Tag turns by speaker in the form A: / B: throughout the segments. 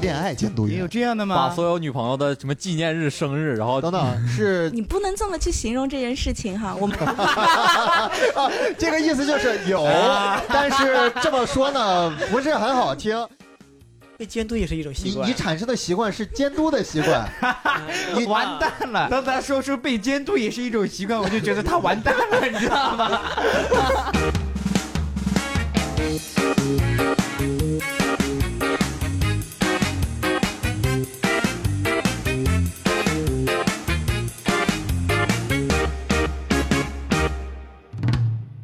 A: 恋爱监督
B: 也有
A: 员。
B: 这样的
C: 把
B: 吗？
C: 所有女朋友的什么纪念日、生日，然后
A: 啊等等，是
D: 你不能这么去形容这件事情 哈，我们
A: 这个意思就是 有，但是这么说呢不是很好听。
E: 被监督也是一种习
A: 你
E: 惯
A: 你。产生的习惯是监督的习惯，你
B: 完蛋了！当他说出被监督也是一种习惯，我就觉得他完蛋 了，你知道吗？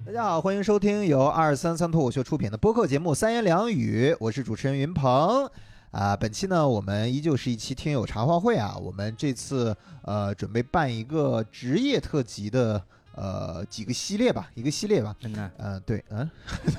A: 大家好，欢迎收听由二三三脱口秀出品的播客节目《三言两语》，我是主持人云鹏。啊，本期呢，我们依旧是一期听友茶话会啊。我们这次呃，准备办一个职业特辑的呃几个系列吧，一个系列吧。
B: 真的，
A: 嗯，对，嗯，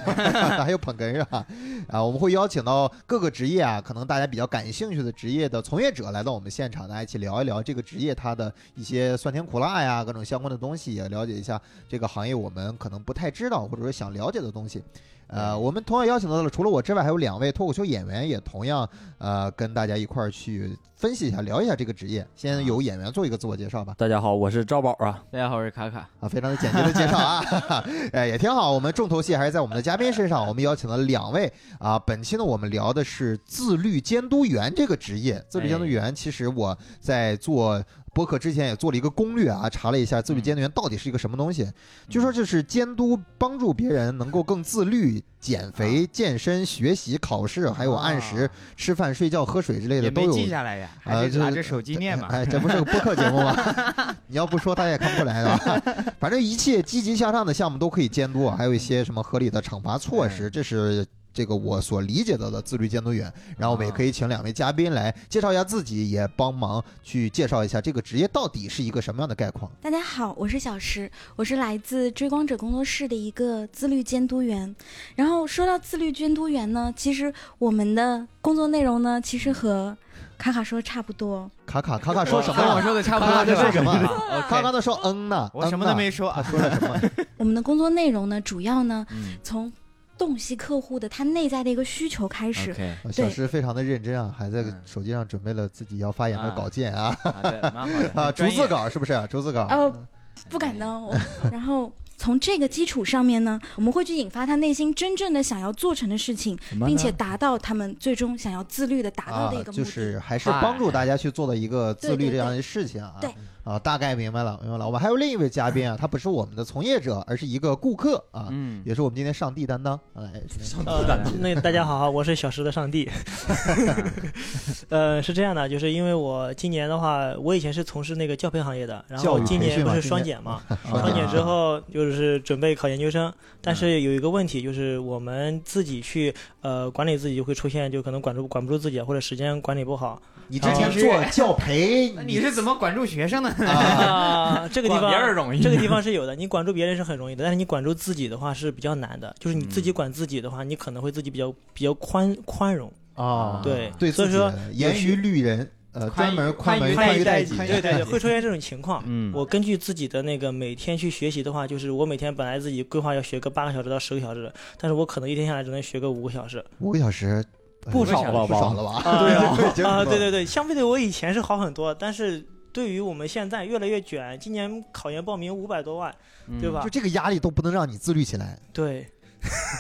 A: 还有捧哏是吧？啊，我们会邀请到各个职业啊，可能大家比较感兴趣的职业的从业者来到我们现场，大家一起聊一聊这个职业它的一些酸甜苦辣呀，各种相关的东西，也了解一下这个行业我们可能不太知道或者说想了解的东西。呃，我们同样邀请到了除了我之外，还有两位脱口秀演员，也同样呃跟大家一块儿去分析一下、聊一下这个职业。先由演员做一个自我介绍吧。
C: 大家好，我是赵宝啊。
B: 大家好，我是卡卡。
A: 啊，非常的简洁的介绍啊， 哎，也挺好。我们重头戏还是在我们的嘉宾身上，我们邀请了两位啊。本期呢，我们聊的是自律监督员这个职业。自律
B: 哎
A: 监督员，其实我在做播客之前也做了一个攻略啊，查了一下
B: 嗯
A: 自律监督员到底是一个什么东西。据说这是监督帮助别人能够更自律、减
B: 啊
A: 肥、健身、学习、考试，还有按时吃饭、睡觉、喝水之类的
B: 也
A: 都
B: 没
A: 有
B: 记下来呀，
A: 呃
B: 还
A: 就是是
B: 拿着手机念 嘛。
A: 哎，这不是个播客节目吗？ 你要不说，大家也看不出来的。 反正一切积极向上的项目都可以监督，啊还有一些什么合理的惩罚措
B: 嗯
A: 施，这是。这个我所理解到的自律监督员，然后我们也
B: 啊
A: 可以请两位嘉宾来介绍一下自己，也帮忙去介绍一下这个职业到底是一个什么样的概况。
D: 大家好，我是小石，我是来自追光者工作室的一个自律监督员。然后说到自律监督员呢，其实我们的工作内容呢，其实和卡卡说差不多。
A: 卡卡卡卡哎说什么
B: 跟我
A: 了？
B: 说的差不
A: 卡卡
B: 多就
A: 在说
B: 是
A: 什么？
B: OK
A: 刚刚在说嗯呢，
B: 我什么都没说啊
A: 嗯呢。他说了什 么？
D: 我们的工作内容呢，主要呢
C: 嗯
D: 从洞悉客户的他内在的一个需求开 始。
C: ，OK，
A: 啊小石非常的认真啊，还在手机上准备了自己要发言的稿件啊
B: 嗯啊对，蛮好的
A: 啊， 逐
B: 专
A: 字
B: 业
A: 稿是不是？逐字稿。
D: 哦，不敢当。我然后从这个基础上面呢，我们会去引发他内心真正的想要做成的事情，并且达到他们最终想要自律的达到的一个目的。
A: 啊就是还是帮助大家去做的一个自律这样的事情啊。
D: 对对
A: 啊，大概明白了，明白了。我们还有另一位嘉宾啊，他不是我们的从业者，而是一个顾客啊，
B: 嗯，
A: 也是我们今天上帝担当。哎，上帝
E: 呃，那大家好，我是小石的上帝。呃，是这样的，就是因为我今年的话，我以前是从事那个教培行业的，然
A: 教
E: 后
A: 育
E: 今
A: 培
E: 年
A: 训
E: 不
A: 嘛
E: 是
A: 今
E: 双
A: 年
E: 减嘛，
F: 啊
A: 双
E: 双
A: 减嗯
E: 减
A: 之
E: 之
A: 后
E: 后就是准备考研究生，但是有一个问题就是我们自己去呃管理自己就会出现就可能管住管不住自己或者时间管理不好
A: 你之前做教培，
B: 那你是怎么管住学生的呢？
A: 啊，
E: 啊，这个地
C: 管别
E: 方
C: 人容易，
E: 这个地方是有的，你管住别人是很容易的，但是你管住自己的话是比较难的。就是你自己管自己的话，你可能会自己比较比较宽宽容，
A: 哦
E: 对
A: 对
E: 所
A: 自
E: 以
A: 己
E: 说
A: 严于律人，呃，专门宽
B: 宽
A: 门
B: 于
A: 宽于待
B: 待
A: 己，
B: 己
E: 对对对， 会出现这种情况。
C: 嗯
E: 我根据自己的那个每天去学习的话，就是我每天本来自己规划要学个八个小时到十个小时，但是我可能一天下来只能学个五个小时。
A: 五个小时呃
C: 不少了吧
A: 不少了吧？
E: 啊
A: 已经不
E: 啊，
A: 错
E: 对对对，相对对我以前是好很多，但是对于我们现在越来越卷，今年考研报名五百多万，
B: 嗯
E: 对吧
A: 嗯就？这个压力都不能让你自律起来，
E: 对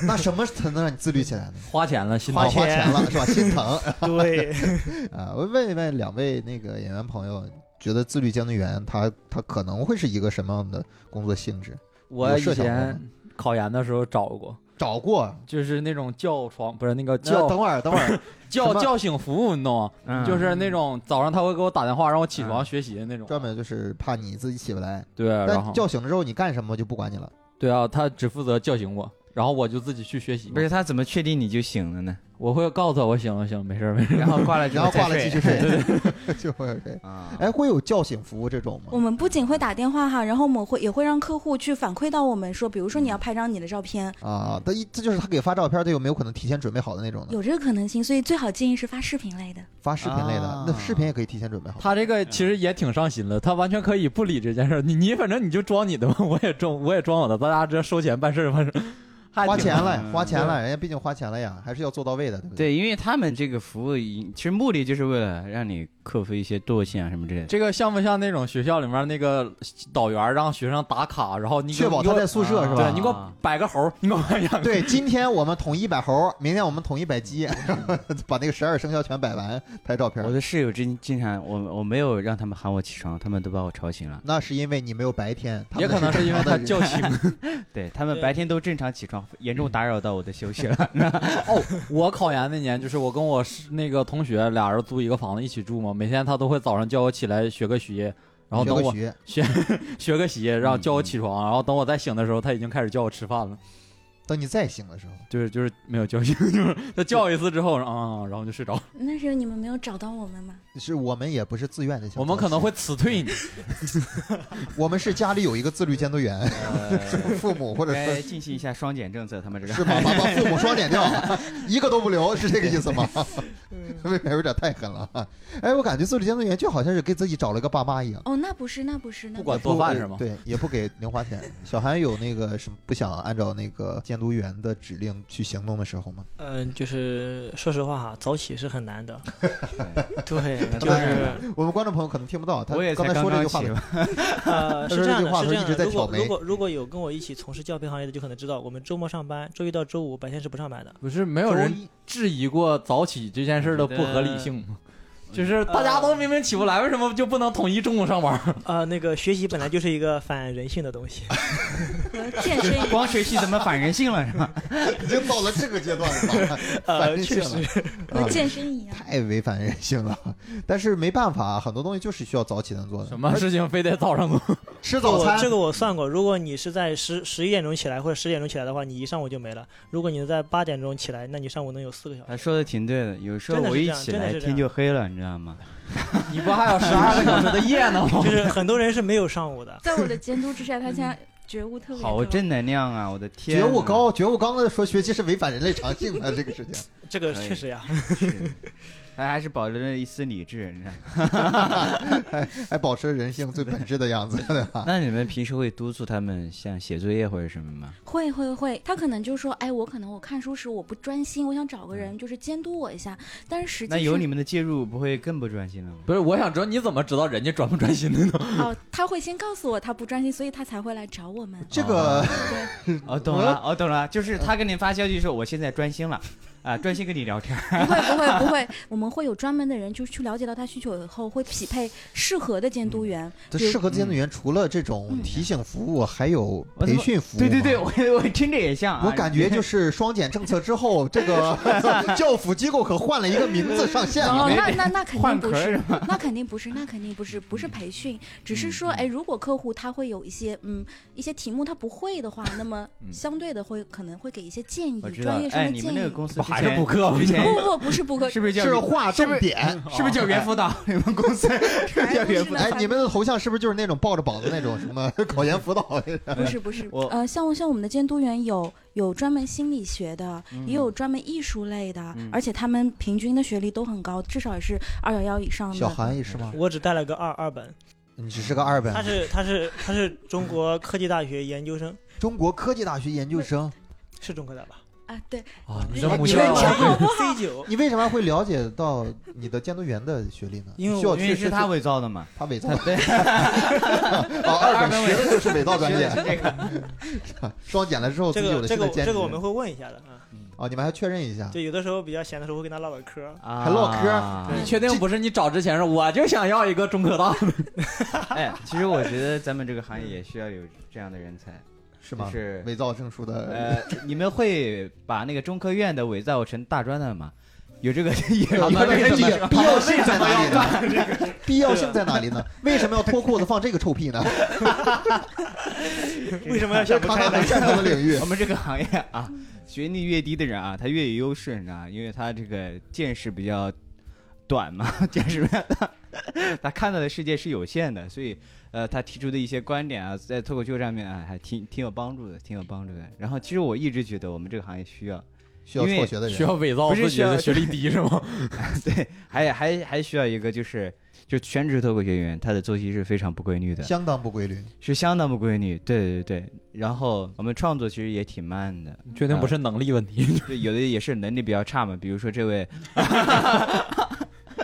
A: 那什么才能让你自律起来呢？
C: 花钱了，心
A: 花
C: 疼。
A: 花钱了是吧？心疼。
E: 对，
A: 啊，我问一问两位那个演员朋友，觉得自律监督员他他可能会是一个什么样的工作性质？
C: 我
A: 有
C: 以
A: 设想过吗
C: 前考研的时候找过，
A: 找过，
C: 就是那种叫床，不是那个
A: 呃
C: 叫
A: 等会儿等会 儿，什
C: 叫
A: 么
C: 叫醒服务，你懂吗？
B: 嗯
C: 就是那种早上他会给我打电话让我起床
B: 嗯
C: 学习的那种。
A: 专门就是怕你自己起不来，
C: 对，啊然后
A: 但叫醒啊了之后你干什么就不管你 了。
C: 对啊，他只负责叫醒我，然后我就自己去学习。
B: 不是，他怎么确定你就醒了呢？
C: 我会告诉他我醒了，醒了，没事儿没事儿。
B: 然后挂了之
A: 然后
B: 再
A: 挂了
B: 睡
A: 继续睡， 就会有这。
B: 啊，
A: 哎，会有叫醒服务这种
D: 我
A: 吗？
D: 们不仅会打电话哈，然后我们会也会让客户去反馈到我们说，比如说你要拍张你的照片，
A: 啊，他一这就是他给发照片，他有没有可能提前准备好的那种呢？
D: 有这个可能性，所以最好建议是发视频类的。
A: 发视频类的，那
B: 啊
A: 视频也可以提前准备好。
C: 他这个其实也挺上心的，他完全可 以不理这件事儿。你你反正你就装你的嘛，我也装我也装我的，咱俩只要收钱办事儿完事儿。
B: 还
A: 花
B: 挺
A: 钱
B: 好
A: 了呀，
B: 嗯
A: 花钱了，人家毕竟花钱了呀，还是要做到位的，对不对？
F: 对，因为他们这个服务已，其实目的就是为了让你克服一些惰性啊什么之类的。
C: 这个像不像那种学校里面那个导员让学生打卡，然后你给
A: 确保
C: 你给
A: 他
C: 我
A: 在宿舍是吧？
C: 对你给我摆个猴儿，你给我 养个
A: 对，今天我们统一摆猴，明天我们统一摆鸡， 把那个十二生肖全摆完，拍照片
F: 我。的室友经经常，我我没有让他们喊我起床，他们都把我吵醒了。
A: 那是因为你没有白天，他们
C: 也可能是因为他
A: 正常的人
C: 叫醒。
F: 对他们
E: 对
F: 白天都正常起床，严重打扰到我的休息
A: 嗯
F: 了。
C: 哦， 我考研那年，就是我跟我是那个同学俩人租一个房子一起住嘛，每天他都会早上叫我起来学个习，然后等
A: 学
C: 我
A: 个学
C: 学个习，然后叫我
F: 嗯
C: 起床，然后等我再醒的时候，他已经开始叫我吃饭了，
A: 等你再醒的时候，
C: 就是就是没有叫醒，就是他叫我一次之后，然后啊、然后就睡着了。
D: 那时候你们没有找到我们吗？
A: 是我们也不是自愿的想早起，
C: 我们可能会辞退你，
A: 我们是家里有一个自律监督员，
C: 呃
A: 父母或者
F: 该
A: 说
F: 进行一下双减政策，他们这个
A: 是吗？ 把把父母双减掉，一个都不留，是这个意思吗？ 未免有点太狠了啊。哎，我感觉自律监督员就好像是给自己找了个爸妈一样。
D: 哦，那不是，那不是，那
C: 不
D: 不
C: 管
D: 是。
C: 做饭是吗？
A: 对，也不给零花钱。小韩有那个什么不想按照那个监督员的指令去行动的时候吗？
E: 嗯，就是说实话哈，早起是很难 的。对，就
A: 当然
E: 是
A: 了我们观众朋友可能听不到，他
F: 我也才
A: 刚才说这句话
F: 刚刚起
A: 的，
E: 呃，
A: 他
E: 是
A: 说
E: 这样
A: 这句话
E: 的，是
A: 的时候
E: 这样
A: 一直
E: 的。
A: 在
E: 如果
A: 挑眉
E: 如果如果有跟我一起从事教培行业的，就可能知道，我们周末上班，周一到周五白天是不上班的。
C: 不是没有人
A: 周一
C: 质疑过早起这件事儿的不合理性吗？ 就是大家都明明起不来，为什么就不能统一中午上班？
E: 啊、那个学习本来就是一个反人性的东 西。
D: 和健身一样
F: 光学习怎么反人性了是吧？
A: 已经到了这个阶段 了吧，反
E: 呃，
A: 人性
E: 确
A: 了
E: 实，
A: 啊
D: 和健身一样。。
A: 太违反人性了。但是没办法，啊很多东西就是需要早起能做的。
C: 什么事情非得早上做？
A: 吃
E: 这个
A: 早
E: 我
A: 餐？
E: 这个我算过，如果你是在十十一点钟起来或者十点钟起来的话，你一上午就没了。如果你能在八点钟起来，那你上午能有四 个小时。
F: 他说的挺对的，有时候
E: 真的是
F: 我一
E: 这样
F: 起
E: 真的
F: 来
E: 是这
F: 天
E: 样
F: 就黑了，你知道吗？
C: 你不还有十二个小时的夜呢吗
E: 就？是很多人是没有上午的
D: 在我的监督之下，他现在觉悟特别
F: 好
D: 高。
F: 正能量啊！我的天，
A: 觉悟，高，觉悟刚刚说学习是违反人类常性的这个事情。
E: 这个
F: 可以
E: 确实呀，
F: 是他还是保留了一丝理智，你知道吗？
A: 还保持人性最本质的样子，对吧？
F: 那你们平时会督促他们像写作业或者什么吗？
D: 会会会，他可能就说，哎，我可能我看书时我不专心，我想找个人就是监督我一下。但是实际
F: 嗯那有
D: 是
F: 你们的介入，不会更不专心了吗？
C: 不是，我想知道你怎么知道人家专不专心的呢？
D: 哦，他会先告诉我他不专心，所以他才会来找 我们。
A: 这个
D: 对，
F: 哦，懂了，哦，懂了，就是他跟你发消息说我现在专心了，啊，专心跟你聊天。
D: 不会不会不会，我们会有专门的人，就是去了解到他需求以后，会匹配适合的监
F: 嗯
D: 督员。
A: 这适合监督员除了这种
D: 嗯
A: 提醒服务，还有
F: 我
A: 培
F: 怎么
A: 训服务。
F: 对对对，。我我听着也像啊、
A: 我感觉就是双减政策之后，这个 教辅机构可换了一个名字上线
D: 哦，
A: 了。
D: 那那那肯
F: 换
D: 定不
F: 壳儿
D: 是，那肯定不是，那肯定不是，不是培训，只是
F: 嗯
D: 说，哎，如果客户他会有一些嗯一些题目他不会的话，那么相对的会可能会给一些建议
F: 嗯我，知
D: 专
F: 道
D: 业，上
F: 哎，
D: 的
F: 你们
D: 建
F: 那个
D: 议。
F: 公司
C: 不
F: 之
C: 还是
F: 前
C: 补课吗
F: 之 前
D: 不不不是不可，
F: 是不是叫
A: 是划重点，
F: 是不是叫猿辅导？你们公司是不是叫
D: 不是
F: 猿辅导？
A: 哎，你们的头像是不是就是那种抱着膀子那种什么考研辅导？
D: 不
A: 哎
D: 是不是
F: 我，
D: 呃，像像我们的监督员有有专门心理学的，
A: 嗯
D: 也有专门艺术类的，而且他们平均的学历都很高，至少也是二幺幺以上的。
A: 小韩也是吗？
E: 我只带了个二二 本，
A: 你只是个二
E: 他
A: 本，
E: 是他是他是中国科技大学研究生，
A: 中国科技大学研究生，
E: 是中科大吧
D: 啊，对，
C: 啊，你
D: 你
C: 这母校
A: 你们
C: 啊
D: 好不
E: ？C 九，
A: 你为什么会了解到你的监督员的学历呢？
E: 因为
A: 需要
F: 因为
A: 去
F: 是他伪造的嘛，
A: 他伪造的。
F: 对，
A: 哦，二本学的就是伪造专
F: 学
A: 业
F: 的。是这个。
A: 双减了之后自
E: 这
A: 己有
E: 个
A: 了
E: 这
A: 新
E: 个
A: 的
E: 我
A: 兼
E: 这
A: 职
E: 个我们会问一下的啊。
A: 哦，你们还确认一下
E: 就。有的时候比较闲的时候会跟他唠唠嗑儿。
F: 还
A: 还唠嗑
F: 啊
C: 你确定不是你找之前说我就想要一个中科大的？
F: 哎，其实我觉得咱们这个行业也需要有这样的人才，
A: 是吗？
F: 就是
A: 伪造证书的，
F: 呃，你们会把那个中科院的伪造成大专的吗？有这个 有
A: 你们
F: 这
A: 这
F: 个
A: 个
F: 必
A: 必要性在
F: 么
A: 哪
F: 要
A: 里呢？必要性在哪里呢？
F: 啊
A: 为什么要脱裤子放这个臭 屁呢？
E: 为什么要
A: 这
E: 想不
A: 看来
E: 开呢
A: 很？擅长的领 域
F: 我。们这个行业啊，学历越低的人啊，他越有优势，你知道吗因为他这个见识比较短嘛， 见识比较短，他看到的世界是有限的，所以呃，他提出的一些观点啊，在脱口秀上面啊，还挺挺有帮助的，挺有帮助的。然后，其实我一直觉得我们这个行业需要
A: 需要
F: 因为
A: 辍学的
C: 需
A: 人，
C: 要伪造
F: 不是
C: 自己
F: 需要
C: 的学历低是 吗？
F: 对，还还还需要一个就是。就全职脱口秀演员，他的作息是非常不规律的，
A: 相当不规律。
F: 是相当不规律。对对对，然后我们创作其实也挺慢的，
C: 确定不是能力问题，
F: 对，有的也是能力比较差嘛，比如说这位，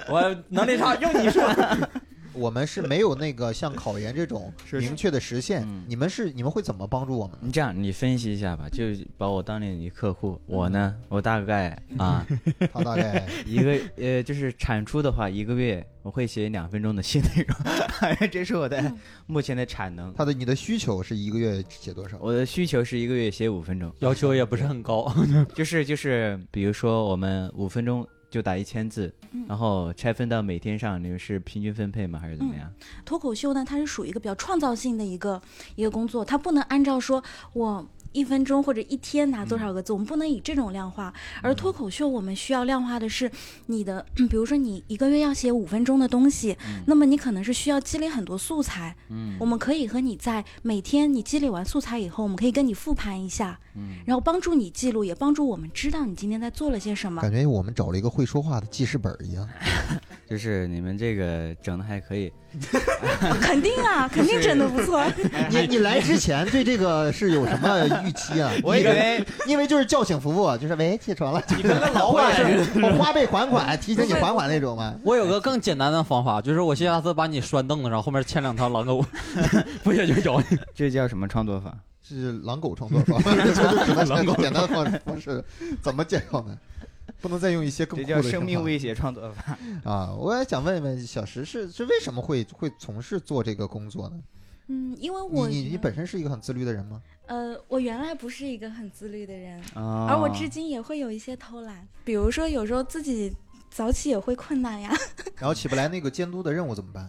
C: 我能力差，用你说。
A: 我们是没有那个像考研这种
F: 是是
A: 明确的时限
F: 嗯，
A: 你们是你们会怎么帮助我们呢？
F: 你这样你分析一下吧，就把我当成你客户，我呢，我大概啊，
A: 他大 概
F: 一个呃，就是产出的话，一个月我会写两分钟的新内容， 这是我
D: 嗯
F: 的目前的产能。
A: 他的你的需求是一个月写多少？
F: 我的需求是一个月写五分钟，
C: 要求也不是很高，
F: 就是就是，比如说我们五分钟就打一千字，
D: 嗯
F: 然后拆分到每天上，你们是平均分配吗？还是怎么
D: 嗯
F: 样？
D: 脱口秀呢，它是属于一个比较创造性的一个一个工作，它不能按照说我一分钟或者一天拿多
A: 嗯
D: 少个字，我们不能以这种量化。而脱口秀，我们需要量化的是你的，嗯比如说你一个月要写五分钟的东西，
A: 嗯
D: 那么你可能是需要积累很多素材。
F: 嗯
D: 我们可以和你在每天你积累完素材以后，我们可以跟你复盘一下，
A: 嗯
D: 然后帮助你记录，也帮助我们知道你今天在做了些什么。
A: 感觉我们找了一个会说话的记事本一样。
F: 就是你们这个整的还可以，
D: 肯定啊，肯定整的不 错。
A: 哎
F: 哎
A: 你你来之前对这个是有什么预期啊？
F: 我以为
A: 因为就是叫醒服务，啊就是喂起床了，
C: 你跟个老板
A: 或者是我花呗还款，提醒你还款那种嘛。
C: 我有个更简单的方法，就是我下次把你拴凳子上，后面牵两条狼狗， 不行就咬你。
F: 这叫什么创作法？
A: 是狼狗创作法，这就是只能想出简单的方式方式，怎么介绍呢？不能再用一些更
F: 这
A: 酷的
F: 叫生
A: 方
F: 命
A: 法
F: 威胁创作法。
A: 啊！我也想问问小石是是为什么会会从事做这个工作呢？
D: 嗯，因为
A: 你
D: 我
A: 你你本身是一个很自律的人 吗？
D: 呃，我原来不是一个很自律的人。
F: 啊
D: 而我至今也会有一些偷懒，比如说有时候自己早起也会困难呀，
A: 然后起不来那个监督的任务怎么办？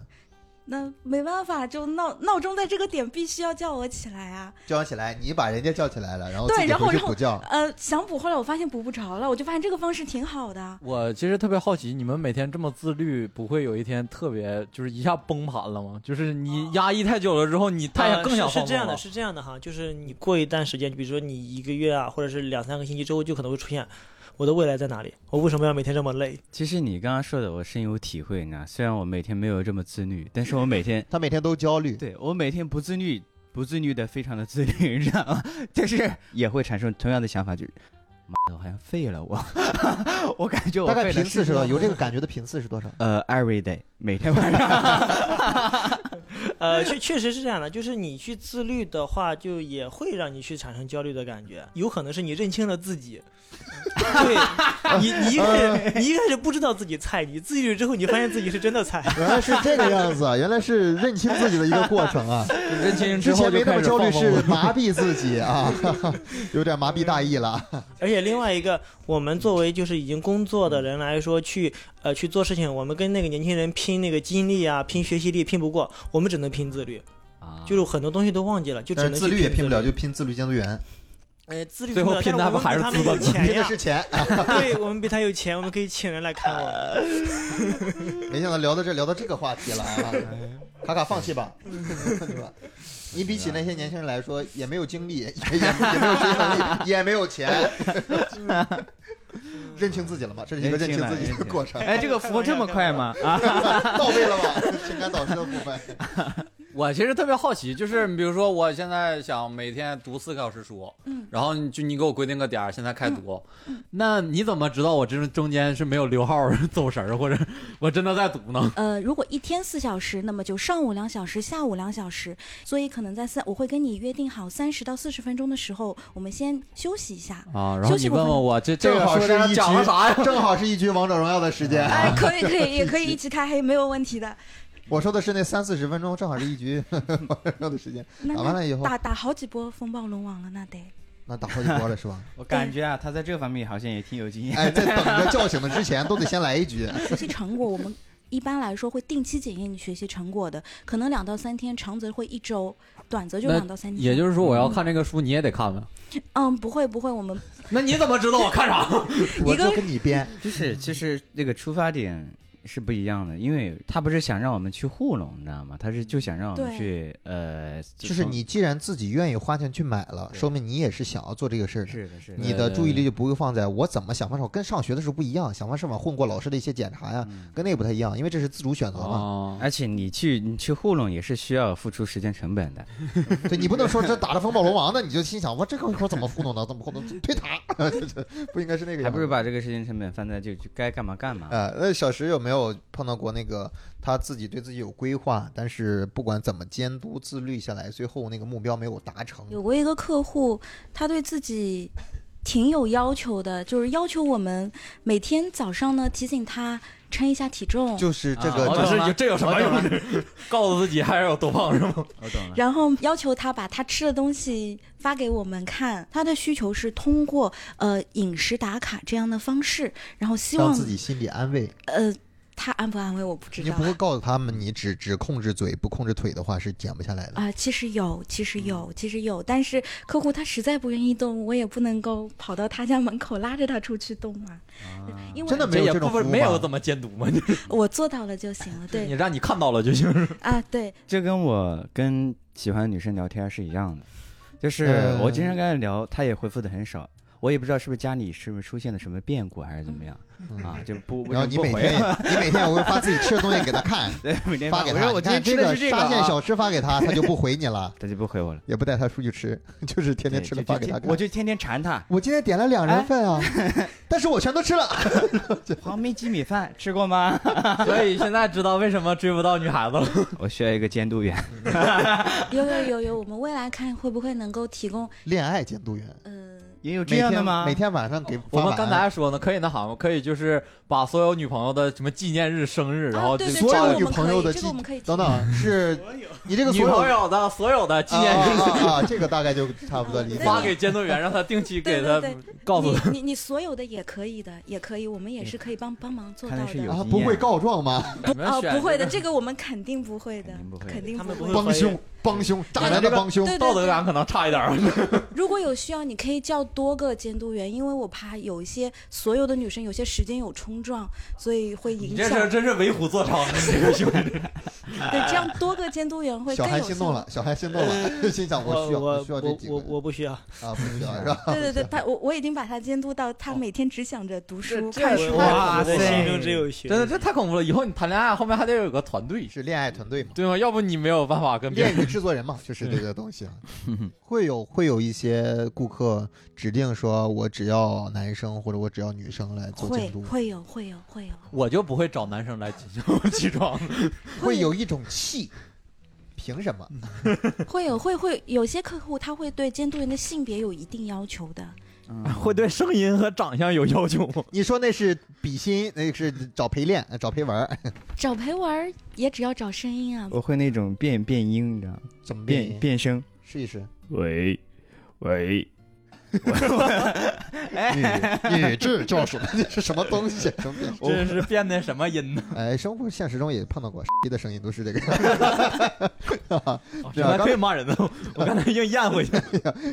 D: 那没办法，就闹闹钟在这个点必须要叫我起来啊。
A: 叫起来，你把人家叫起来了，然后
D: 对
A: 自己
D: 然后
A: 回去
D: 然后
A: 补觉。
D: 呃，想补，后来我发现补不着了，我就发现这个方式挺好的。
C: 我其实特别好奇，你们每天这么自律，不会有一天特别就是一下崩盘了吗？就是你压抑太久了之后，你太想
E: 呃
C: 哎更想
E: 是
C: 放
E: 是这样
C: 纵
E: 的，
C: 了。
E: 是这样的哈，就是你过一段时间，比如说你一个月啊，或者是两三个星期之后，就可能会出现我的未来在哪里？我为什么要每天这么累？
F: 其实你刚刚说的，我深有体会，你知道，虽然我每天没有这么自律，但是我每天
A: 他每天都焦虑，
F: 对我每天不自律，不自律的非常的自律，你知道吗？ 但是也会产生同样的想法，就是妈的，我好像废了，我 我感觉我
A: 大概
F: 废了
A: 频次是多
F: 吧？
A: 少？有这个感觉的频次是多少？
F: 呃，every day，每天晚上
E: 呃，确确实是这样的，就是你去自律的话，就也会让你去产生焦虑的感觉，有可能是你认清了自己。 对你，你一开始你一开始不知道自己菜，你自律之后，你发现自己是真的菜。
A: 原来是这个样子，啊！原来是认清自己的一个过程啊！
C: 认清之
A: 之
C: 后
A: 前
C: 就
A: 没那
C: 开
A: 么
C: 始
A: 焦虑，
C: 放纵
A: 是
C: 了。
A: 麻痹自己啊， 有点麻痹大意了。啊
E: 而且另外一个，我们作为就是已经工作的人来说，去呃去做事情，我们跟那个年轻人拼那个精力啊，拼学习力拼不过，我们只能拼自律，
F: 啊
E: 就是很多东西都忘记了，就只
A: 但
E: 能
A: 是
E: 去
A: 自律也
E: 拼
A: 拼不了，就拼自律监督员，
E: 呃自律
C: 最后
E: 拼
C: 拼
E: 不
C: 的
E: 了，
C: 不还
E: 但
C: 是
E: 是我们
C: 资
E: 比他
C: 本
A: 拼
E: 们有钱
A: 的
E: 呀
A: 是，钱。
E: 对我们比他有钱，我们可以请人来看我呃们。
A: 没想到聊到这聊到这个话题了啊！卡卡放弃吧， 对吧？你比起那些年轻人来说，也没有精力，也 也也没有学习能力，也没有钱，认清自己了吗？这是一个认清自己的过程，
F: 哎，这个服务这么快吗？啊，
A: 到位了吗？情感导师的部分，
C: 我其实特别好奇，就是你比如说，我现在想每天读四个小时书，
D: 嗯
C: 然后你就你给我规定个点儿，现在开读，那你怎么知道我这中间是没有溜号儿、走神儿，或者 我真的在读呢？
D: 呃，如果一天四小时，那么就上午两小时，下午两小时，所以可能在三，我会跟你约定好三十到四十分钟的时候，我们先休息一下。
C: 啊，然后
D: 休息
C: 你
D: 过
C: 问
D: 后
C: 问我这这
A: 正
C: 个
A: 好
C: 说
A: 是
C: 的
A: 一
C: 讲了
A: 局
C: 啥呀？
A: 正好是一局王者荣耀的时间。
D: 哎，可以可以，也可以一起开黑，没有问题的。
A: 我说的是那三四十分钟，正好是一局王者荣耀的时间。
D: 那
A: 打完了以后
D: 打打好几波风暴龙王了，那得。
A: 那打好几波了是吧？
F: 我感觉啊，他在这方面好像也挺有经验。
A: 哎，在等着叫醒的之前，都得先来一局。
D: 学习成果，我们一般来说会定期检验你学习成果的，可能两到三天，长则会一周，短则就
C: 那
D: 两到三天。
C: 也就是说，我要看这个书，你也得看了。
D: 嗯，不会不会，我们
C: 那你怎么知道我看啥？
A: 我
D: 一个
A: 就跟你编，
F: 就是就是那个出发点，是不一样的，因为他不是想让我们去糊弄，你知道吗？他是就想让我们
D: 对
F: 去呃，
A: 就是你既然自己愿意花钱去买了，说明你也是想要做这个事儿的。
F: 是的是的，
A: 你的注意力就不会放在我怎么想方设法，跟上学的时候不一样，想方设法混过老师的一些检查呀，跟那个不太一样，因为这是自主选择嘛。
C: 哦，
F: 而且你去你去糊弄也是需要付出时间成本的，
A: 对你不能说这打着风暴龙王呢，你就心想我这个我怎么糊弄的，怎么糊弄推塔， 不应该是那个样子。
F: 还不如把这个时间成本放在就就该干嘛干嘛。
A: 呃，那小石有没有碰到过那个他自己对自己有规划，但是不管怎么监督自律下来，最后那个目标没有达成？
D: 有过一个客户，他对自己挺有要求的，就是要求我们每天早上呢提醒他称一下体重，
A: 就是这
C: 啊
A: 个，
C: 我
A: 就
C: 懂
A: 是
C: 了这有什么用？告诉自己还是有多胖是吗？
F: 我懂了，
D: 然后要求他把他吃的东西发给我们看。他的需求是通过呃饮食打卡这样的方式，然后希
A: 让
D: 望
A: 自己心理安慰。
D: 呃他安不安慰我不知
A: 你
D: 道啊
A: 不。会告诉他们，你只只控制嘴不控制腿的话是减不下来的。
D: 啊、其实有，其实有，其实有，但是客户他实在不愿意动，我也不能够跑到他家门口拉着他出去动嘛，
F: 啊
D: 因为
A: 真的没
C: 这
A: 有
C: 也
A: 这种
C: 不
A: 服务
C: 是 没有
A: 吗
C: 怎么监督嘛，
D: 我做到了就行了。
C: 你
D: 对
C: 让你看到了就行。
D: 啊，对，
F: 这跟我跟喜欢女生聊天是一样的，就是
A: 嗯
F: 我经常跟她聊，她也回复的很少。我也不知道是不是家里是不是出现了什么变故还是怎么样
A: 嗯
F: 啊，就不
A: 然后你每
F: 不回啊
A: 天也，你每天我会发自己吃的东西给他看，
F: 对每天
A: 发给
F: 我
A: 他。
F: 说我
A: 你
F: 今
A: 看
F: 天吃
A: 这
F: 的
A: 个
F: 是这个
A: 沙县
F: 啊，
A: 小吃发给他，他就不回你了，
F: 他就不回我了。
A: 也不带他出去吃，就是天天
F: 对
A: 吃了
F: 就
A: 发给
F: 就
A: 他看。
F: 我就哎天天馋 他。
A: 我今天点了两人份啊，但是我全都吃了。
F: 黄焖鸡米饭吃过吗？
C: 所以现在知道为什么追不到女孩子了。
F: 我需要一个监督员。
D: 有有有有，我们未来看会不会能够提供
A: 恋爱监督员，
D: 嗯。呃
F: 也有这样的吗？
A: 每天每天晚上给发
C: 我们
A: 完
C: 刚才还说呢，可以那啥嘛，可以就是把所有女朋友的什么纪念日、生日，然后
D: 啊、
C: 就
D: 对对
A: 所
D: 这个
A: 有
D: 我
A: 女
D: 们
A: 朋
D: 可
A: 友
D: 以
A: 的
D: 这
A: 记
D: 个我们可以提
A: 等等，是 你这个
C: 女
A: 所有
C: 朋友的所有的纪念日
A: 啊啊啊啊，这个大概就差不多理解
C: 发
A: 了。啊
C: 给监督员，让他定期给他
D: 对对
C: 告诉他。
D: 你你你所有的也可以的，也可以，我们也是可以帮帮忙做到
F: 看来是有
D: 的。
A: 啊，不会告状吗？
C: 你们
D: 啊，
C: 选
D: 不会的，
C: 这
D: 这个我们肯定不会的
F: 肯定不，会的
D: 肯定
E: 他们
D: 不会
E: 不会
D: 的。
A: 帮凶，帮凶，
C: 个
A: 渣男的帮凶。
D: 对对
C: 道德
D: 对
C: 感可能差一点儿。
D: 如果有需要，你可以叫多个监督员，因为我怕有一些所有的女生有些时间有冲撞，所以会
C: 你
D: 影
C: 这
D: 响。
C: 是真是为虎作伥，你这个兄弟。
D: 对，这样多个监督员会
A: 小
D: 更
A: 韩
D: 有嗯
A: 心动
D: 效
A: 了，小韩心动了， 心想我
E: 我
A: 需要
E: 我
A: 需要这
E: 我
A: 几个
E: 我我不需要，
A: 啊，不需要是 吧？
D: 对对对，他我我已经把他监督到他每天只想着读书、
C: 这
D: 看
C: 这
D: 书。
C: 哇
E: 我我
C: 塞
E: 心中只有学。
C: 真的，这太恐怖了！以后你谈恋爱后面还得有个团队，
A: 是恋爱团队嘛，
C: 对啊吗？要不你没有办法
E: 嗯
C: 跟别
A: 恋
C: 人。
A: 与制作人嘛，就是这个东西啊。 会有会有一些顾客指定说，我只要男生或者我只要女生来做
D: 会
A: 监督，
D: 会有会有会有
C: 我就不会找男生来起起床，
A: 会有一种气，凭什么？
D: 会有会会有些客户他会对监督员的性别有一定要求的，
C: 会对声音和长相有要求吗？
A: 你说那是比心，那是找陪练，找陪玩儿，
D: 找陪玩儿也只要找声音啊。
F: 我会那种变变音，你知道吗？
A: 怎么变
F: 变
A: 音？
F: 变声。
A: 试一试。
F: 喂，喂，
A: 女女制教什么？这是什么东西？什么变
C: 这是变的什么音 呢？
A: 哎，生活现实中也碰到过，的声音都是这个样子。
C: 原来可以骂人的，我刚才硬咽回去。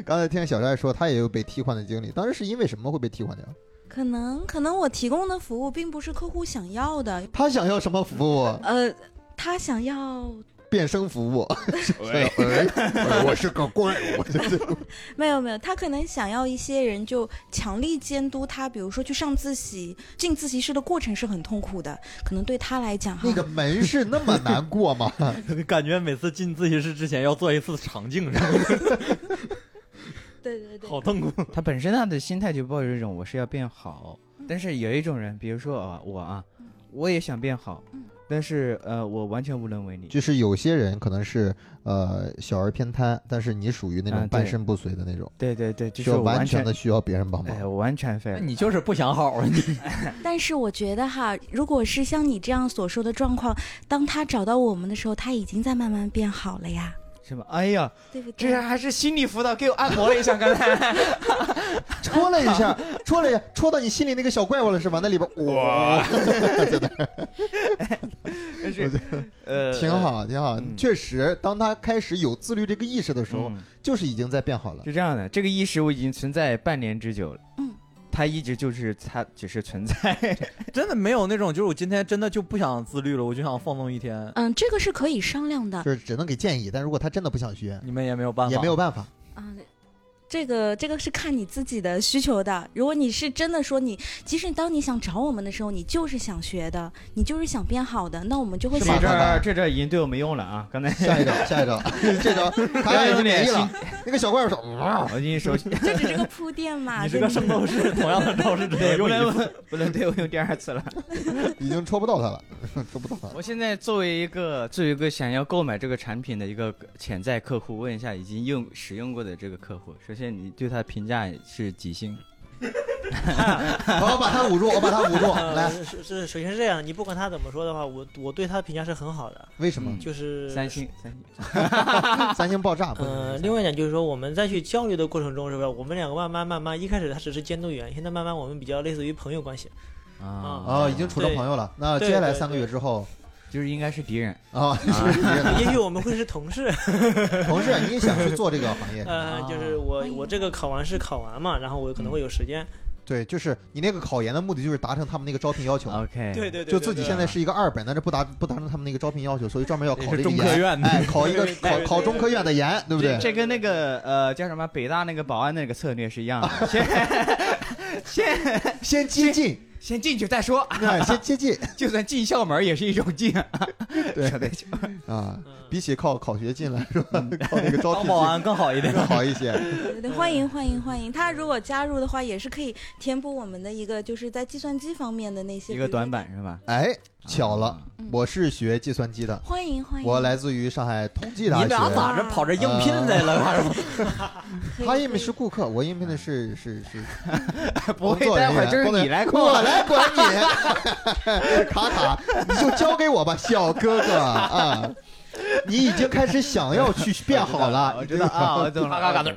A: 刚才听小帅说，他也有被替换的经历，当时是因为什么会被替换掉？
D: 可能可能我提供的服务并不是客户想要的，
A: 他想要什么服务？
D: 呃，他想要
A: 变声服务。喂，喂我是个怪物。
D: 没有没有，他可能想要一些人就强力监督他，比如说去上自习，进自习室的过程是很痛苦的，可能对他来讲哈，
A: 那个门是那么难过吗？
C: 感觉每次进自习室之前要做一次肠镜，
D: 对对对，
C: 好痛苦。
F: 他本身他的心态就抱着一种我是要变好，但是有一种人，比如说啊我啊，我也想变好，但是呃我完全无能为力。
A: 就是有些人可能是呃小儿偏瘫，但是你属于那种
F: 嗯
A: 半
F: 对
A: 身不遂的那种，
F: 对对对，就
A: 需
F: 是
A: 要
F: 我完
A: 完全的需要别人帮忙
F: 哎，。我完全废了。
C: 你就是不想好啊！你
D: 但是我觉得哈，如果是像你这样所说的状况，当他找到我们的时候，他已经在慢慢变好了呀，
F: 是吧？哎呀，
D: 对不对
F: 这？
A: 啊
F: 还是心理辅导，给我按摩了一下，刚才
A: 戳了一下，戳了一下，戳到你心里那个小怪物了是吧？那里边哇，
F: 但是呃
A: 挺，好，挺好。
F: 嗯
A: 确实，当他开始有自律这个意识的时候，
F: 嗯
A: 就是已经在变好了。
F: 是这样的，这个意识我已经存在半年之久了。
D: 嗯，
F: 它一直就是它只是存在。
C: 真的没有那种，就是我今天真的就不想自律了，我就想放纵一天，
D: 嗯，这个是可以商量的。
A: 就是只能给建议，但如果他真的不想学，
C: 你们也没有办法，
A: 也没有办法。
D: 嗯，这个这个是看你自己的需求的。如果你是真的说你，其实当你想找我们的时候，你就是想学的，你就是想变好的，那我们就会
A: 是
D: 想
A: 吗
F: 这儿这阵已经对我没用了啊！刚才
A: 下一招，下一招，这招卡卡已经免疫了。那个小怪兽，
F: 我跟你说，
D: 这只是个铺垫嘛。
C: 你是
D: 对
C: 个
D: 不
C: 圣
D: 对
C: 斗士，同样的招式只能
F: 对，不
C: 用
F: 能
C: 一次。
F: 不能对我用第二次了。
A: 已经戳不到他了， 戳不到他了。
F: 我现在作为一个作为一个想要购买这个产品的一个潜在客户，问一下已经用使用过的这个客户，首先你对他评价是几星？
A: 好，我把他捂住，我把他捂住。来，
E: 呃，是是，首先是这样，你不管他怎么说的话，我我对他的评价是很好的，
A: 为什么
F: 嗯
E: 呃就是
F: 三星，三星。
A: 三星爆炸？不能
E: 呃，
A: 是
E: 另外一点就是说，我们在去交流的过程中，是不是我们两个慢慢慢慢，一开始他只是监督员，现在慢慢我们比较类似于朋友关系。
F: 啊
A: 哦，已经处成朋友了。那接下来三个月之后
F: 就是应该是敌人。
A: 啊， 是敌人
E: 也许我们会是 同事，
A: 同事，你也想去做这个 行业？
E: 呃，就是我我这个考完试考完嘛，然后我可能会有时间。
A: 对，就是你那个考研的目的就是达成他们那个招聘要求。
F: OK，
E: 对对对，
A: 嗯就自己
E: 对啊
A: 现在是一个二本，但是不达不达成他们那个招聘要求，所以专门要考这
C: 是
A: 个
C: 中科
A: 研，
C: 院的，
A: 哎，考一个
E: 对对
A: 考
E: 对
A: 考中科院的研，对不对
F: 这？这跟那个呃叫什么北大那个保安那个策略是一 样的，先
A: 先接近，
F: 先进去再说，
A: 哎，先接近
F: 就算进校门也是一种进。
A: 对
F: 对，
A: 啊，
E: 嗯
A: 比起靠考学进来说，靠那个招
C: 当
A: 聘
C: 保安更好一点
A: 进。更好一些。
D: 对对，欢迎欢迎欢迎！他如果加入的话，也是可以填补我们的一个就是在计算机方面的那些
F: 一个
D: 比如说
F: 短。板是吧？啊
A: 哎，巧了，
D: 嗯
A: 我是学计算机的，
D: 欢迎欢迎！
A: 我来自于上海同济
C: 你
A: 大
C: 俩啊
A: 学。
C: 咋着跑这应聘来了？
D: 可以，
A: 他
D: 可以
A: 应聘是顾客，我应聘的是是是
F: 啊，不
A: 工
F: 会，
A: 作
F: 待
A: 人
F: 会儿
A: 员，
F: 就是
A: 工作
F: 你来控
A: 我来管你。卡卡，你就交给我吧，小哥哥啊！你已经开始想要去变好了，
F: 我知道啊，我懂了。
C: 嘎嘎嘎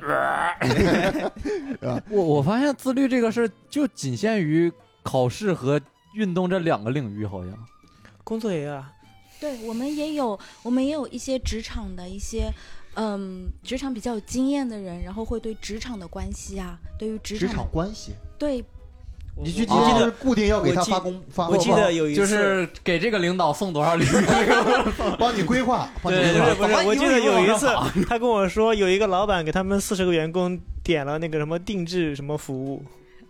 F: 呃
C: 我我发现自律这个事儿就仅限于考试和运动这两个领域，好像。
E: 工作也啊，
D: 对我们也有，我们也有一些职场的一些，嗯，职场比较有经验的人，然后会对职场的关系啊，对于职
A: 职
D: 场
A: 场关系，
D: 对
E: 我
A: 你去
E: 我
A: 你就
E: 记得
A: 是固定要给他
E: 我记
A: 发工发
E: 我记得有一次
C: 就是给这个领导送多少礼物，
A: 帮你规划，帮你
C: 对
A: 规
E: 不
C: 对
A: 划。
E: 是不是，我记得有一次他跟我说，有一个老板给他们四十个员工点了那个什么定制什么服务，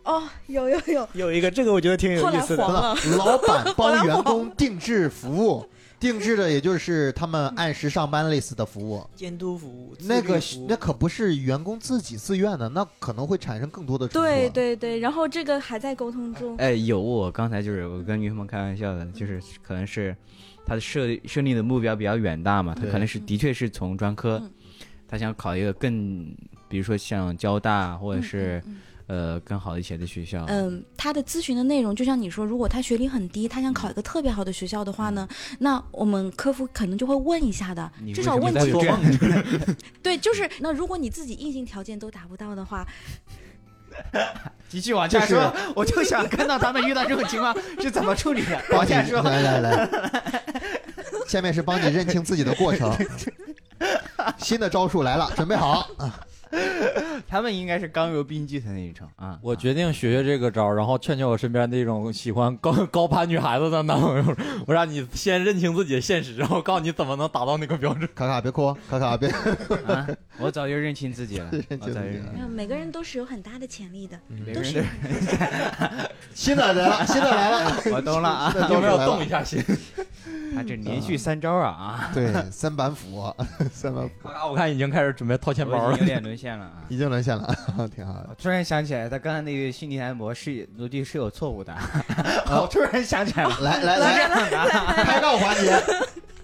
D: 哦，有有有，
E: 有一个这个我觉得挺有
D: 后
E: 意
D: 来
E: 思
D: 黄
E: 的。
D: 了，
A: 老板帮员工定制服务，定制的也就是他们按时上班类似的服务。
E: 监督服务，
A: 那个
E: 自律服务
A: 那可不是员工自己自愿的，那可能会产生更多的冲突啊。
D: 对对对，然后这个还在沟通中，
F: 哎，有我刚才就是我跟女朋友开玩笑的，就是可能是他的设设定的目标比较远大嘛，他
A: 对
F: 可能是的确是从专科
D: 嗯，
F: 他想考一个更，比如说像交大或者是
D: 嗯。嗯嗯
F: 呃更好一些的学校。
D: 嗯，他的咨询的内容，就像你说，如果他学历很低，他想考一个特别好的学校的话呢，那我们客服可能就会问一下的
F: 嗯你，
D: 至
F: 为
D: 少
F: 什么
D: 问
F: 在
D: 几
F: 做
D: 个。
F: 梦？
D: 对，就是那如果你自己硬性条件都达不到的话，
F: 继续往下说，我就想看到他们遇到这种情况是怎么处理 的。
A: 帮
F: 往
A: 你
F: 下说，
A: 来来来， 下面是帮你认清自己的过程。新的招数来了，准备好。
F: 他们应该是刚柔并济的那一种啊。
C: 我
F: 啊
C: 决定学学这个招儿，然后劝劝我身边那种喜欢高高攀女孩子的男朋友，我让你先认清自己的现实，然后告诉你怎么能达到那个标准。
A: 卡卡别哭，卡卡别。
F: 啊，我早就认清自己了
A: 认，清
F: 我早就
A: 自己
F: 认
A: 了
F: 清
D: 呃每个人都是有很大的潜力的，
F: 每个
D: 都
F: 人
D: 是
F: 都
D: 有
F: 是
D: 很
A: 新的来了，新的来了，
F: 我懂了啊，
A: 新的招数
C: 有没有
A: 来了
C: 动一？下心？
F: 他这连续三招啊 啊，
A: 对，三板斧，三板斧
C: 咔咔我看已经开始准备掏钱包
F: 我已
C: 了
F: 经有。点沦陷了啊。
A: 已经沦陷了，挺好的。
F: 我突然想起来，他刚才那个心理按摩是逻辑是有错误 的，我突然想 起来了，
A: 来来来，拍照环节，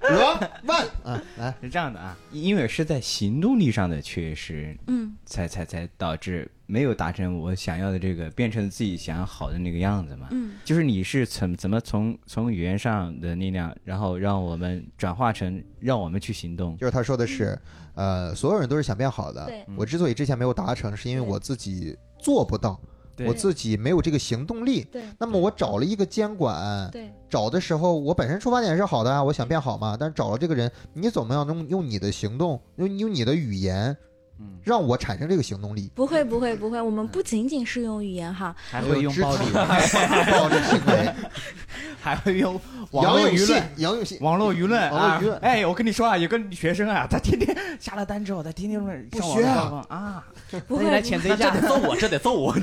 A: 罗万啊，来，
F: 是这样的啊，因为是在行动力上的缺失，
D: 嗯
F: 才才才导致没有达成我想要的这个，变成自己想要好的那个样子嘛。
D: 嗯
F: 就是你是怎怎么从从语言上的力量，然后让我们转化成让我们去行动。
A: 就是他说的是，呃，所有人都是想变好的
D: 对。
A: 我之所以之前没有达成，是因为我自己做不到，
F: 对
A: 我自己没有这个行动力。
D: 对
F: 嗯
A: 那么我找了一个监管，
D: 对
A: 找的时候我本身出发点是好的啊，我想变好嘛，但是找了这个人，你总要能用你的行动，用用你的语言
F: 嗯，
A: 让我产生这个行动力，
D: 不会不会不会，我们不仅仅是用语 言哈，
F: 还会用
A: 肢
F: 暴
A: 体
F: 力，
A: 暴力行为，
F: 还会用网
A: 杨
F: 络
A: 永
F: 舆
A: 信
F: 论。，
A: 杨永信，
F: 网络舆论
A: 网络
F: 啊
A: 舆论！
F: 哎，我跟你说啊，有个学生啊，他天 天下了单之后，他天天
A: 不
F: 上网
A: 学啊
F: 上网啊，那
D: 不会
F: 你来
D: 不
F: 谴责
C: 那
F: 一
C: 这
F: 下，
C: 得揍我，这得揍我！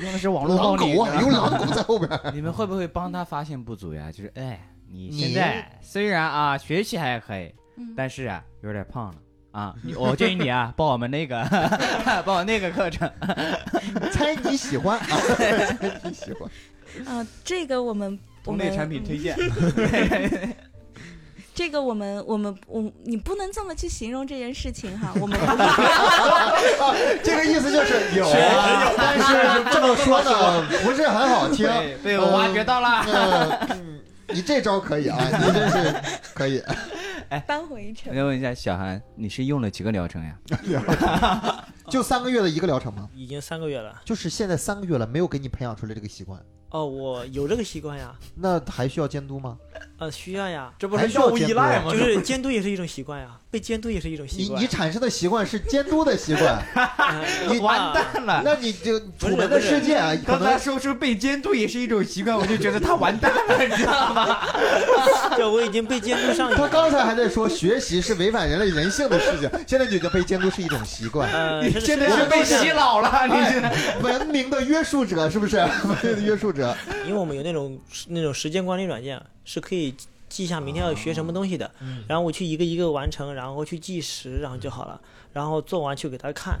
F: 用的是网络暴
A: 狼
F: 力
A: 狗。啊，有狼狗在后 边。
F: 你们会不会帮他发现不足呀？就是哎，你
A: 你
F: 现在虽然啊学习还可以，
D: 嗯
F: 但是啊有点胖了。啊，你我建议你啊，报我们那个， 报我那个课程。
A: 猜你喜欢 啊，猜你喜欢。
D: 呃，这个我们我
F: 同
D: 们
F: 类产品 推荐，
D: 这个我们我们我你不能这么去形容这件事情哈， 我们不
A: 这个意思就是有，啊
F: 啊
A: 但是这么说呢不是很好听。
F: 对，被我挖掘到了。
A: 呃嗯，你这招可以啊，你这是可以。
D: 扳回一城
F: 我。再问一下小韩，你是用了几个疗程呀？
A: 就三个月的一个疗程吗？
E: 已经三个月了。
A: 就是现在三个月了，没有给你培养出来这个习惯，
E: 哦，我有这个习惯呀，
A: 那还需要监督吗？
E: 呃，需要呀，
C: 这不
A: 还
C: 是
A: 需要啊
C: 药物依赖吗？
E: 就
C: 这
E: 是监督也是一种习惯呀，被监督也是一种习
A: 你
E: 惯。
A: 你产生的习惯是监督的习 惯，
E: 呃
A: 你
F: 完蛋了！
A: 那你就楚门的世界啊，可
B: 刚才
A: 能
B: 说出被监督也是一种习惯，我就觉得他完蛋了，你知道吗？
E: 这我已经被监督上瘾
A: 他
E: 了。
A: 刚才还在说学习是违反人类人性的事情， 现在就已经被监督是一种习 惯。
E: 呃，
F: 你
E: 是
F: 真的 是被 洗脑了，你真的。
A: 哎，文明的约束者是不 是？文明的约束者，
E: 因为我们有那种那种时间管理软件，是可以记下明天要学什么东西的，然后我去一个一个完成，然后去计时，然后就好了，然后做完去给他看，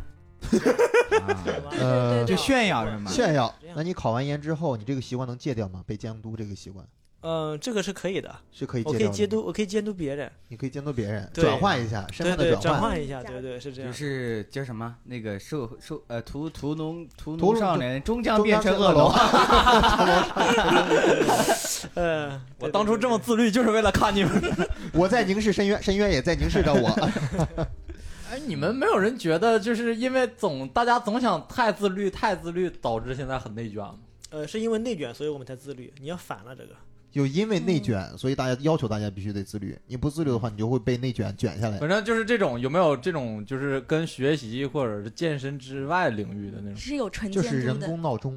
A: 呃
F: 就炫耀是吗？
A: 炫耀
E: 这。样
A: 那你考完研之后，你这个习惯能戒掉吗？被监督这个习惯
E: 嗯、这个是可以的，
A: 是可以戒掉
E: 我可
A: 的
E: 以
A: 吗。
E: 监督，我可以监督别人，
A: 你可以监督别人，
E: 对
A: 转换一下身
E: 对
A: 份
E: 对
A: 的，
E: 转
A: 换。
E: 换一下，对对是这
F: 就
E: 样。
F: 是叫什么？那个受受呃屠屠农屠
A: 屠
F: 农
A: 龙
F: 少年终将
A: 中
F: 变
A: 央
F: 成
A: 是
F: 恶龙。啊
E: 呃，
C: 我
E: 对
C: 当初这么自律就是为了看你们。
A: 我在凝视深渊，深渊也在凝视着我。
C: 哎，你们没有人觉得就是因为总大家总想太自律，太自律导致现在很内卷吗？
E: 呃，是因为内卷，所以我们才自律。你要反了这个，
A: 有因为内卷，所以大家要求大家必须得自律。你不自律的话，你就会被内卷卷下来。
C: 反正就是这种有没有这种就是跟学习或者是健身之外领域的那种？
D: 是有纯
A: 就
D: 监
A: 是
D: 督
A: 人
D: 的，
A: 工闹钟，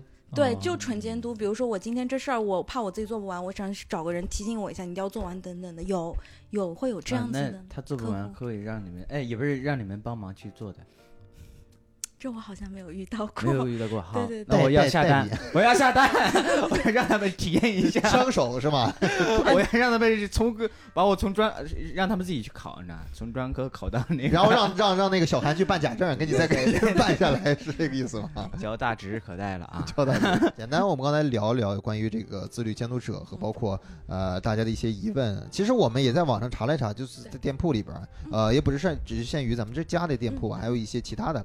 F: 嗯
D: 对，
C: 哦
D: 就纯监督。比如说我今天这事儿，我怕我自己做不完，我想找个人提醒我一下，你一定要做完等等的。有有会有这样子
F: 啊那
D: 的，
F: 他做不
D: 客
F: 完，
D: 户
F: 可以让你们哎，也不是让你们帮忙去做 的，
D: 这我好像没有遇到
F: 没
D: 过。
F: 有遇到过。好
D: 对对，
F: 那我要
A: 代
F: 下
A: 代
F: 单
A: 理，
F: 我要下单， 我要让他们体验一下，
A: 伤手是吗？
F: 我要让他们从个把我从专让他们自己去考，你知道，从专科考到那个，
A: 然后让让让那个小韩去办假证，给你再给人办下来，是这个意思吗？
F: 交大指日可待了 啊！
A: 交代一下简单，我们刚才聊一聊关于这个自律监督者和包括呃大家的一些疑问。其实我们也在网上查了一查，就是在店铺里边儿，呃，也不是限只是限于咱们这家的店铺，啊还有一些其他的，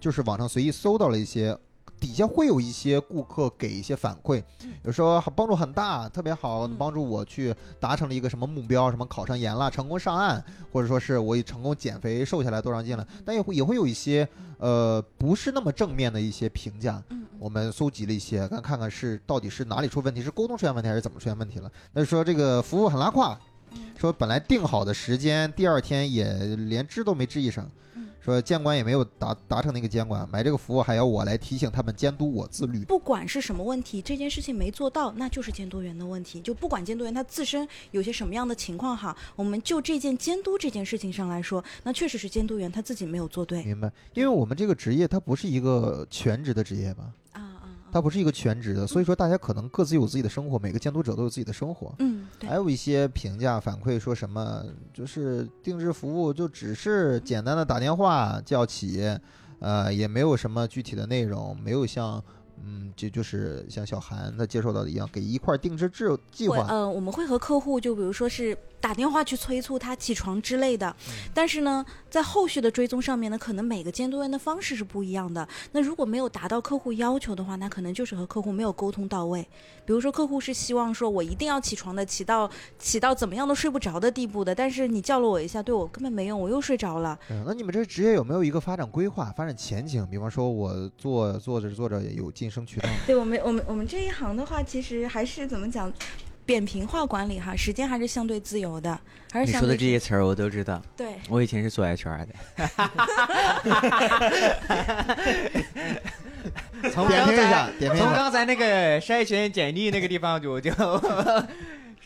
A: 就是网上随意搜到了一些。底下会有一些顾客给一些反馈，有说帮助很大，特别好，
D: 嗯
A: 帮助我去达成了一个什么目标，什么考上研了，成功上岸，或者说是我已成功减肥瘦下来多少斤了，但也会也会有一些呃不是那么正面的一些评价，
D: 嗯，嗯
A: 我们搜集了一些，看看看是到底是哪里出问题，是沟通出现问题还是怎么出现问题了？那就说这个服务很拉胯，
D: 嗯
A: 说本来定好的时间，第二天也连知都没知一声
D: 嗯，
A: 说监管也没有达达成那个监管，买这个服务还要我来提醒他们监督我自律。
D: 不管是什么问题，这件事情没做到，那就是监督员的问题。就不管监督员他自身有些什么样的情况哈，我们就这件监督这件事情上来说，那确实是监督员他自己没有做
F: 嗯
D: 对
A: 明白，因为我们这个职业它不是一个全职的职业吧，
D: 啊啊啊！
A: 它不是一个全职的，所以说大家可能各自有自己的生活，每个监督者都有自己的生活。
D: 嗯，对
A: 还，有一些评价反馈说什么，就是定制服务就只是简单的打电话叫起，呃，也没有什么具体的内容，没有像，嗯，这就是像小韩他接受到的一样，给一块定制制计
D: 会
A: 划，
D: 呃，我们会和客户就比如说是打电话去催促他起床之类的，但是呢，在后续的追踪上面呢，可能每个监督员的方式是不一样的。那如果没有达到客户要求的话，那可能就是和客户没有沟通到位。比如说，客户是希望说我一定要起床的，起到起到怎么样都睡不着的地步的，但是你叫了我一下，对我根本没用，我又睡着了。
A: 嗯，那你们这职业有没有一个发展规划、发展前景？比方说，我做做着做着有晋升渠道，
D: 对我们，我们我们这一行的话，其实还是怎么讲？扁平化管理哈，时间还是相对自由的，还
G: 你
D: 是相
G: 说的
D: 对
G: 这些词儿我都知道，
D: 对
G: 我以前是做 HR 的，
F: 从
A: 点评
F: 刚
A: 一下
F: 才，
A: 点评一
F: 从
A: 下，
F: 刚才那个筛选简历那个地方就我 就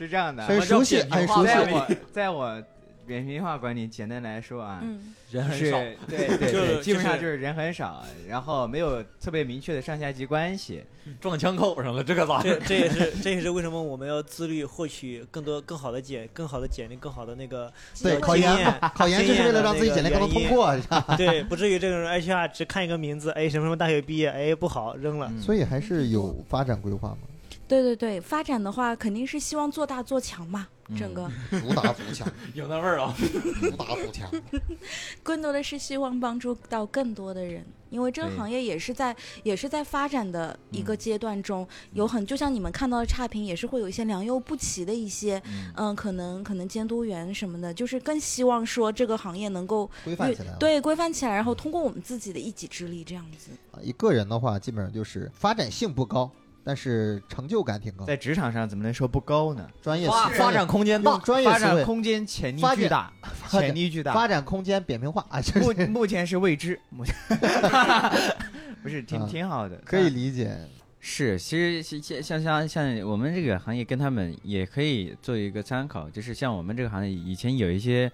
F: 是这样的，
A: 很熟悉，
C: 啊
A: 很熟悉。
F: 在我在我扁平化管理简单来说啊，
D: 嗯
C: 人
F: 就
C: 很
F: 是
C: 少，
F: 对对
E: 就
F: 对，
E: 是
F: 基本上就是人很少，然后没有特别明确的上下级关系。
C: 撞枪口上了，这个
A: 啊
C: 咋？
E: 这这也是这也是为什么我们要自律，获取更多更好的简更好的简历，更好的那 个
A: 对，
E: 呃
A: 考
E: 经
A: 研
E: 验，
A: 考研就是为了让自己简历更能通过，
E: 对，不至于这种 HR 只看一个名字，哎，什么什么大学毕业，哎，不好扔了。
A: 所以还是有发展规划嘛，
D: 对对对，发展的话肯定是希望做大做强嘛，
A: 嗯
D: 整个
A: 主打足强，
C: 有那味儿啊！
A: 主打足强。
D: 更多的是希望帮助到更多的人，因为这个
F: 对
D: 行业也是在也是在发展的一个阶段中，
A: 嗯
D: 有很就像你们看到的差评，也是会有一些良莠不齐的一些，嗯，可能可能监督员什么的，就是更希望说这个行业能够
A: 规范起来了。
D: 对规范起来，然后通过我们自己的一己之力这样子。
A: 啊，一个人的话，基本上就是发展性不高，但是成就感挺高，
F: 在职场上怎么能说不高呢？
A: 专业思
C: 发发展空间大
A: 用，专业
F: 发
A: 思
F: 展
A: 维，
F: 空间潜力
A: 发
F: 巨
A: 展
F: 大，
A: 发
F: 潜
A: 展
F: 力巨大。
A: 发展空间扁平化啊，这
F: 目目前是未知，目前 不是挺
A: 啊
F: 挺好的，
A: 可以理解。
F: 是，其实其像像像像我们这个行业跟他们也可以做一个参考，就是像我们这个行业以前有一些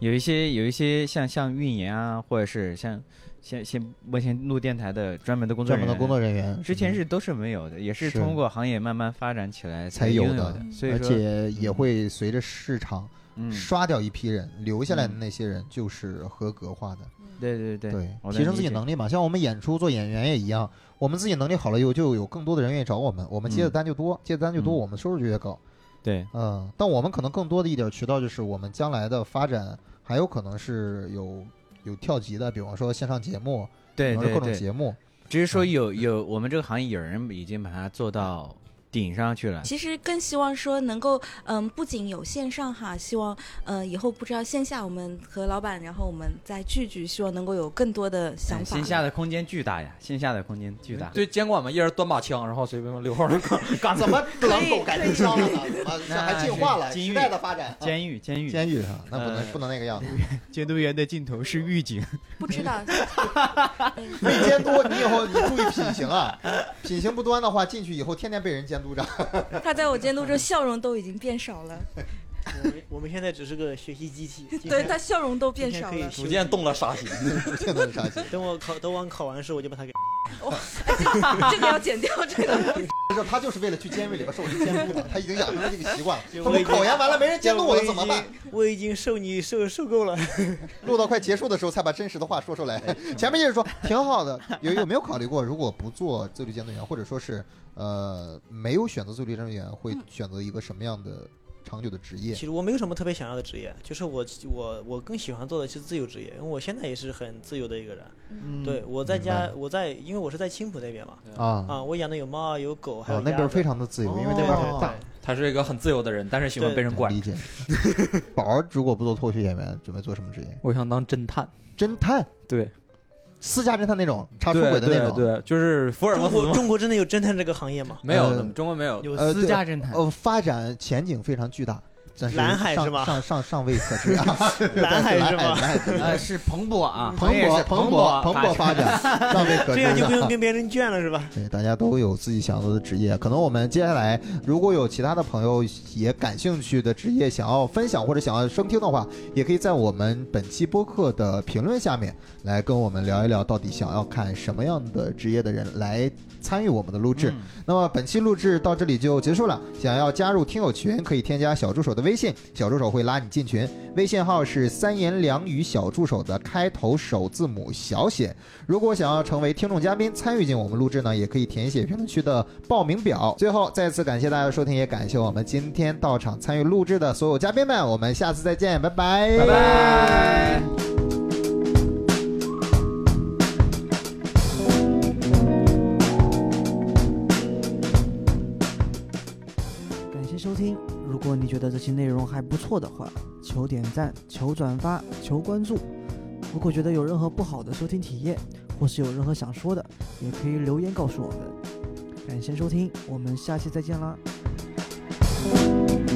F: 有一些有一些像像运营啊，或者是像像像目前录电台的专门的工作
A: 专门
F: 人
A: 的
F: 员，啊
A: 工作人员嗯
F: 之前是都是没有的，也是
A: 是
F: 通过行业慢慢发展起来
A: 才
F: 有
A: 有的
F: 的，所以
A: 而
F: 说
A: 且也会随着市场
F: 嗯，
A: 刷掉一批人，留下来的那些人就是合格化的，
F: 对对对，
A: 对，
F: 我
A: 提
F: 能
A: 升
F: 理
A: 自己
F: 解
A: 能力嘛。像我们演出做演员也一样，我们自己能力好了以后，就有更多的人愿意找我们，我们接的
F: 嗯
A: 单就多，接的单就多，
F: 嗯
A: 我们收入就越高。
F: 对
A: 嗯，但我们可能更多的一点渠道就是我们将来的发展还有可能是有有跳级的，比方说线上节目，
F: 对
A: 比方说
F: 对
A: 各种
F: 对，
A: 节 目，
F: 只是说有有我们这个行业有人已经把它做到顶上去了，
D: 其实更希望说能够，嗯，不仅有线上哈，希望，嗯，以后不知道线下我们和老板，然后我们再聚聚，希望能够有更多的想
F: 哎
D: 法。
F: 线下的空间巨大呀，线下的空间巨大。
C: 对监管嘛，一人端把枪，然后随便溜号儿，干
A: 怎么狼狗改成商了 呢？怎么这还进化了？
F: 那是
A: 时代的发展，
F: 监狱，监狱，
A: 监狱上那不能
F: 呃
A: 不能那个样子，
F: 监督员的尽头是狱警。
D: 不知 道，嗯
A: 被监督你以后你注意品行啊， 品行不端的话，进去以后天天被人监督着。
D: 他在我监督中笑容都已经变少了，
E: 我们我们现在只是个学习机器，今
D: 对
E: 天
D: 他笑容都变
E: 今天
D: 少
E: 可以
D: 了。
E: 休
C: 逐渐动了杀心。
A: 这都是啥心？
E: 等我考等我考完试，我就把它给。
D: 这个要剪掉，这个
A: 就是他就是为了去监狱里边受人监督的，他已经养成了这个习 惯了。
E: 就
A: 他
E: 我已
A: 们
E: 经
A: 考研完了没人监督我了怎么办？？
E: 我已经受你受受够了。
A: 录到快结束的时候才把真实的话说出来，前面就是说挺好的。 有有没有考虑过，如果不做自律监督员，或者说是呃没有选择自律监督员，会选择一个什么样的长久的职业
E: 其？实我没有什么特别想要的职业，就是我我我更喜欢做的是自由职业，因为我现在也是很自由的一个人。对，我在
A: 嗯明
E: 家
A: 白，
E: 我在因为我是在青浦那边嘛，
A: 啊
E: 啊，我养的有猫啊，有狗，还有
A: 啊，那
E: 鸭
A: 边
E: 子
A: 非常的自由，因为那边很大。
C: 他是一个很自由的人，但是喜欢被人管
A: 理。解。 宝儿如果不做脱口秀演员，准备做什么职业？
C: 我想当侦探，
A: 侦探，
C: 对，
A: 私家侦探那种，查出
C: 对
A: 轨的那
C: 对
A: 种。
C: 对，就是福尔摩斯
E: 中国
C: 嘛。
E: 中国真的有侦探这个行业吗？
C: 没有
A: 呃，
C: 中国没有。
F: 有
A: 呃私
F: 私
A: 对
F: 家
A: 家
F: 侦探，
A: 呃，发展前景非常巨大，但是
E: 蓝海
A: 上
E: 是吧
A: 上上上位可知啊，
E: 蓝海
A: 蓝
E: 是
A: 海
E: 吧
A: 蓝海可知
F: 呃，是蓬勃啊，
A: 蓬
F: 也
A: 勃
F: 是
A: 蓬
F: 勃
A: 勃蓬勃发展，上位可
E: 这
A: 知
E: 样就不用
A: 啊。
E: 跟别人卷了是吧？
A: 对，大家都有自己想做的职业。可能我们接下来如果有其他的朋友也感兴趣的职业想要分享或者想要收听的话，也可以在我们本期播客的评论下面来跟我们聊一聊，到底想要看什么样的职业的人来参与我们的录制。那么本期录制到这里就结束了。想要加入听友群，可以添加小助手的微信，小助手会拉你进群。微信号是三言两语小助手的开头首字母小写。如果想要成为听众嘉宾，参与进我们录制呢，也可以填写评论区的报名表。最后，再次感谢大家的收听，也感谢我们今天到场参与录制的所有嘉宾们。我们下次再见，拜拜，拜拜。
H: 感谢收听。如果你觉得这期内容还不错的话，求点赞、求转发、求关注。如果觉得有任何不好的收听体验，或是有任何想说的，也可以留言告诉我们。感谢收听，我们下期再见啦！
A: 拜拜。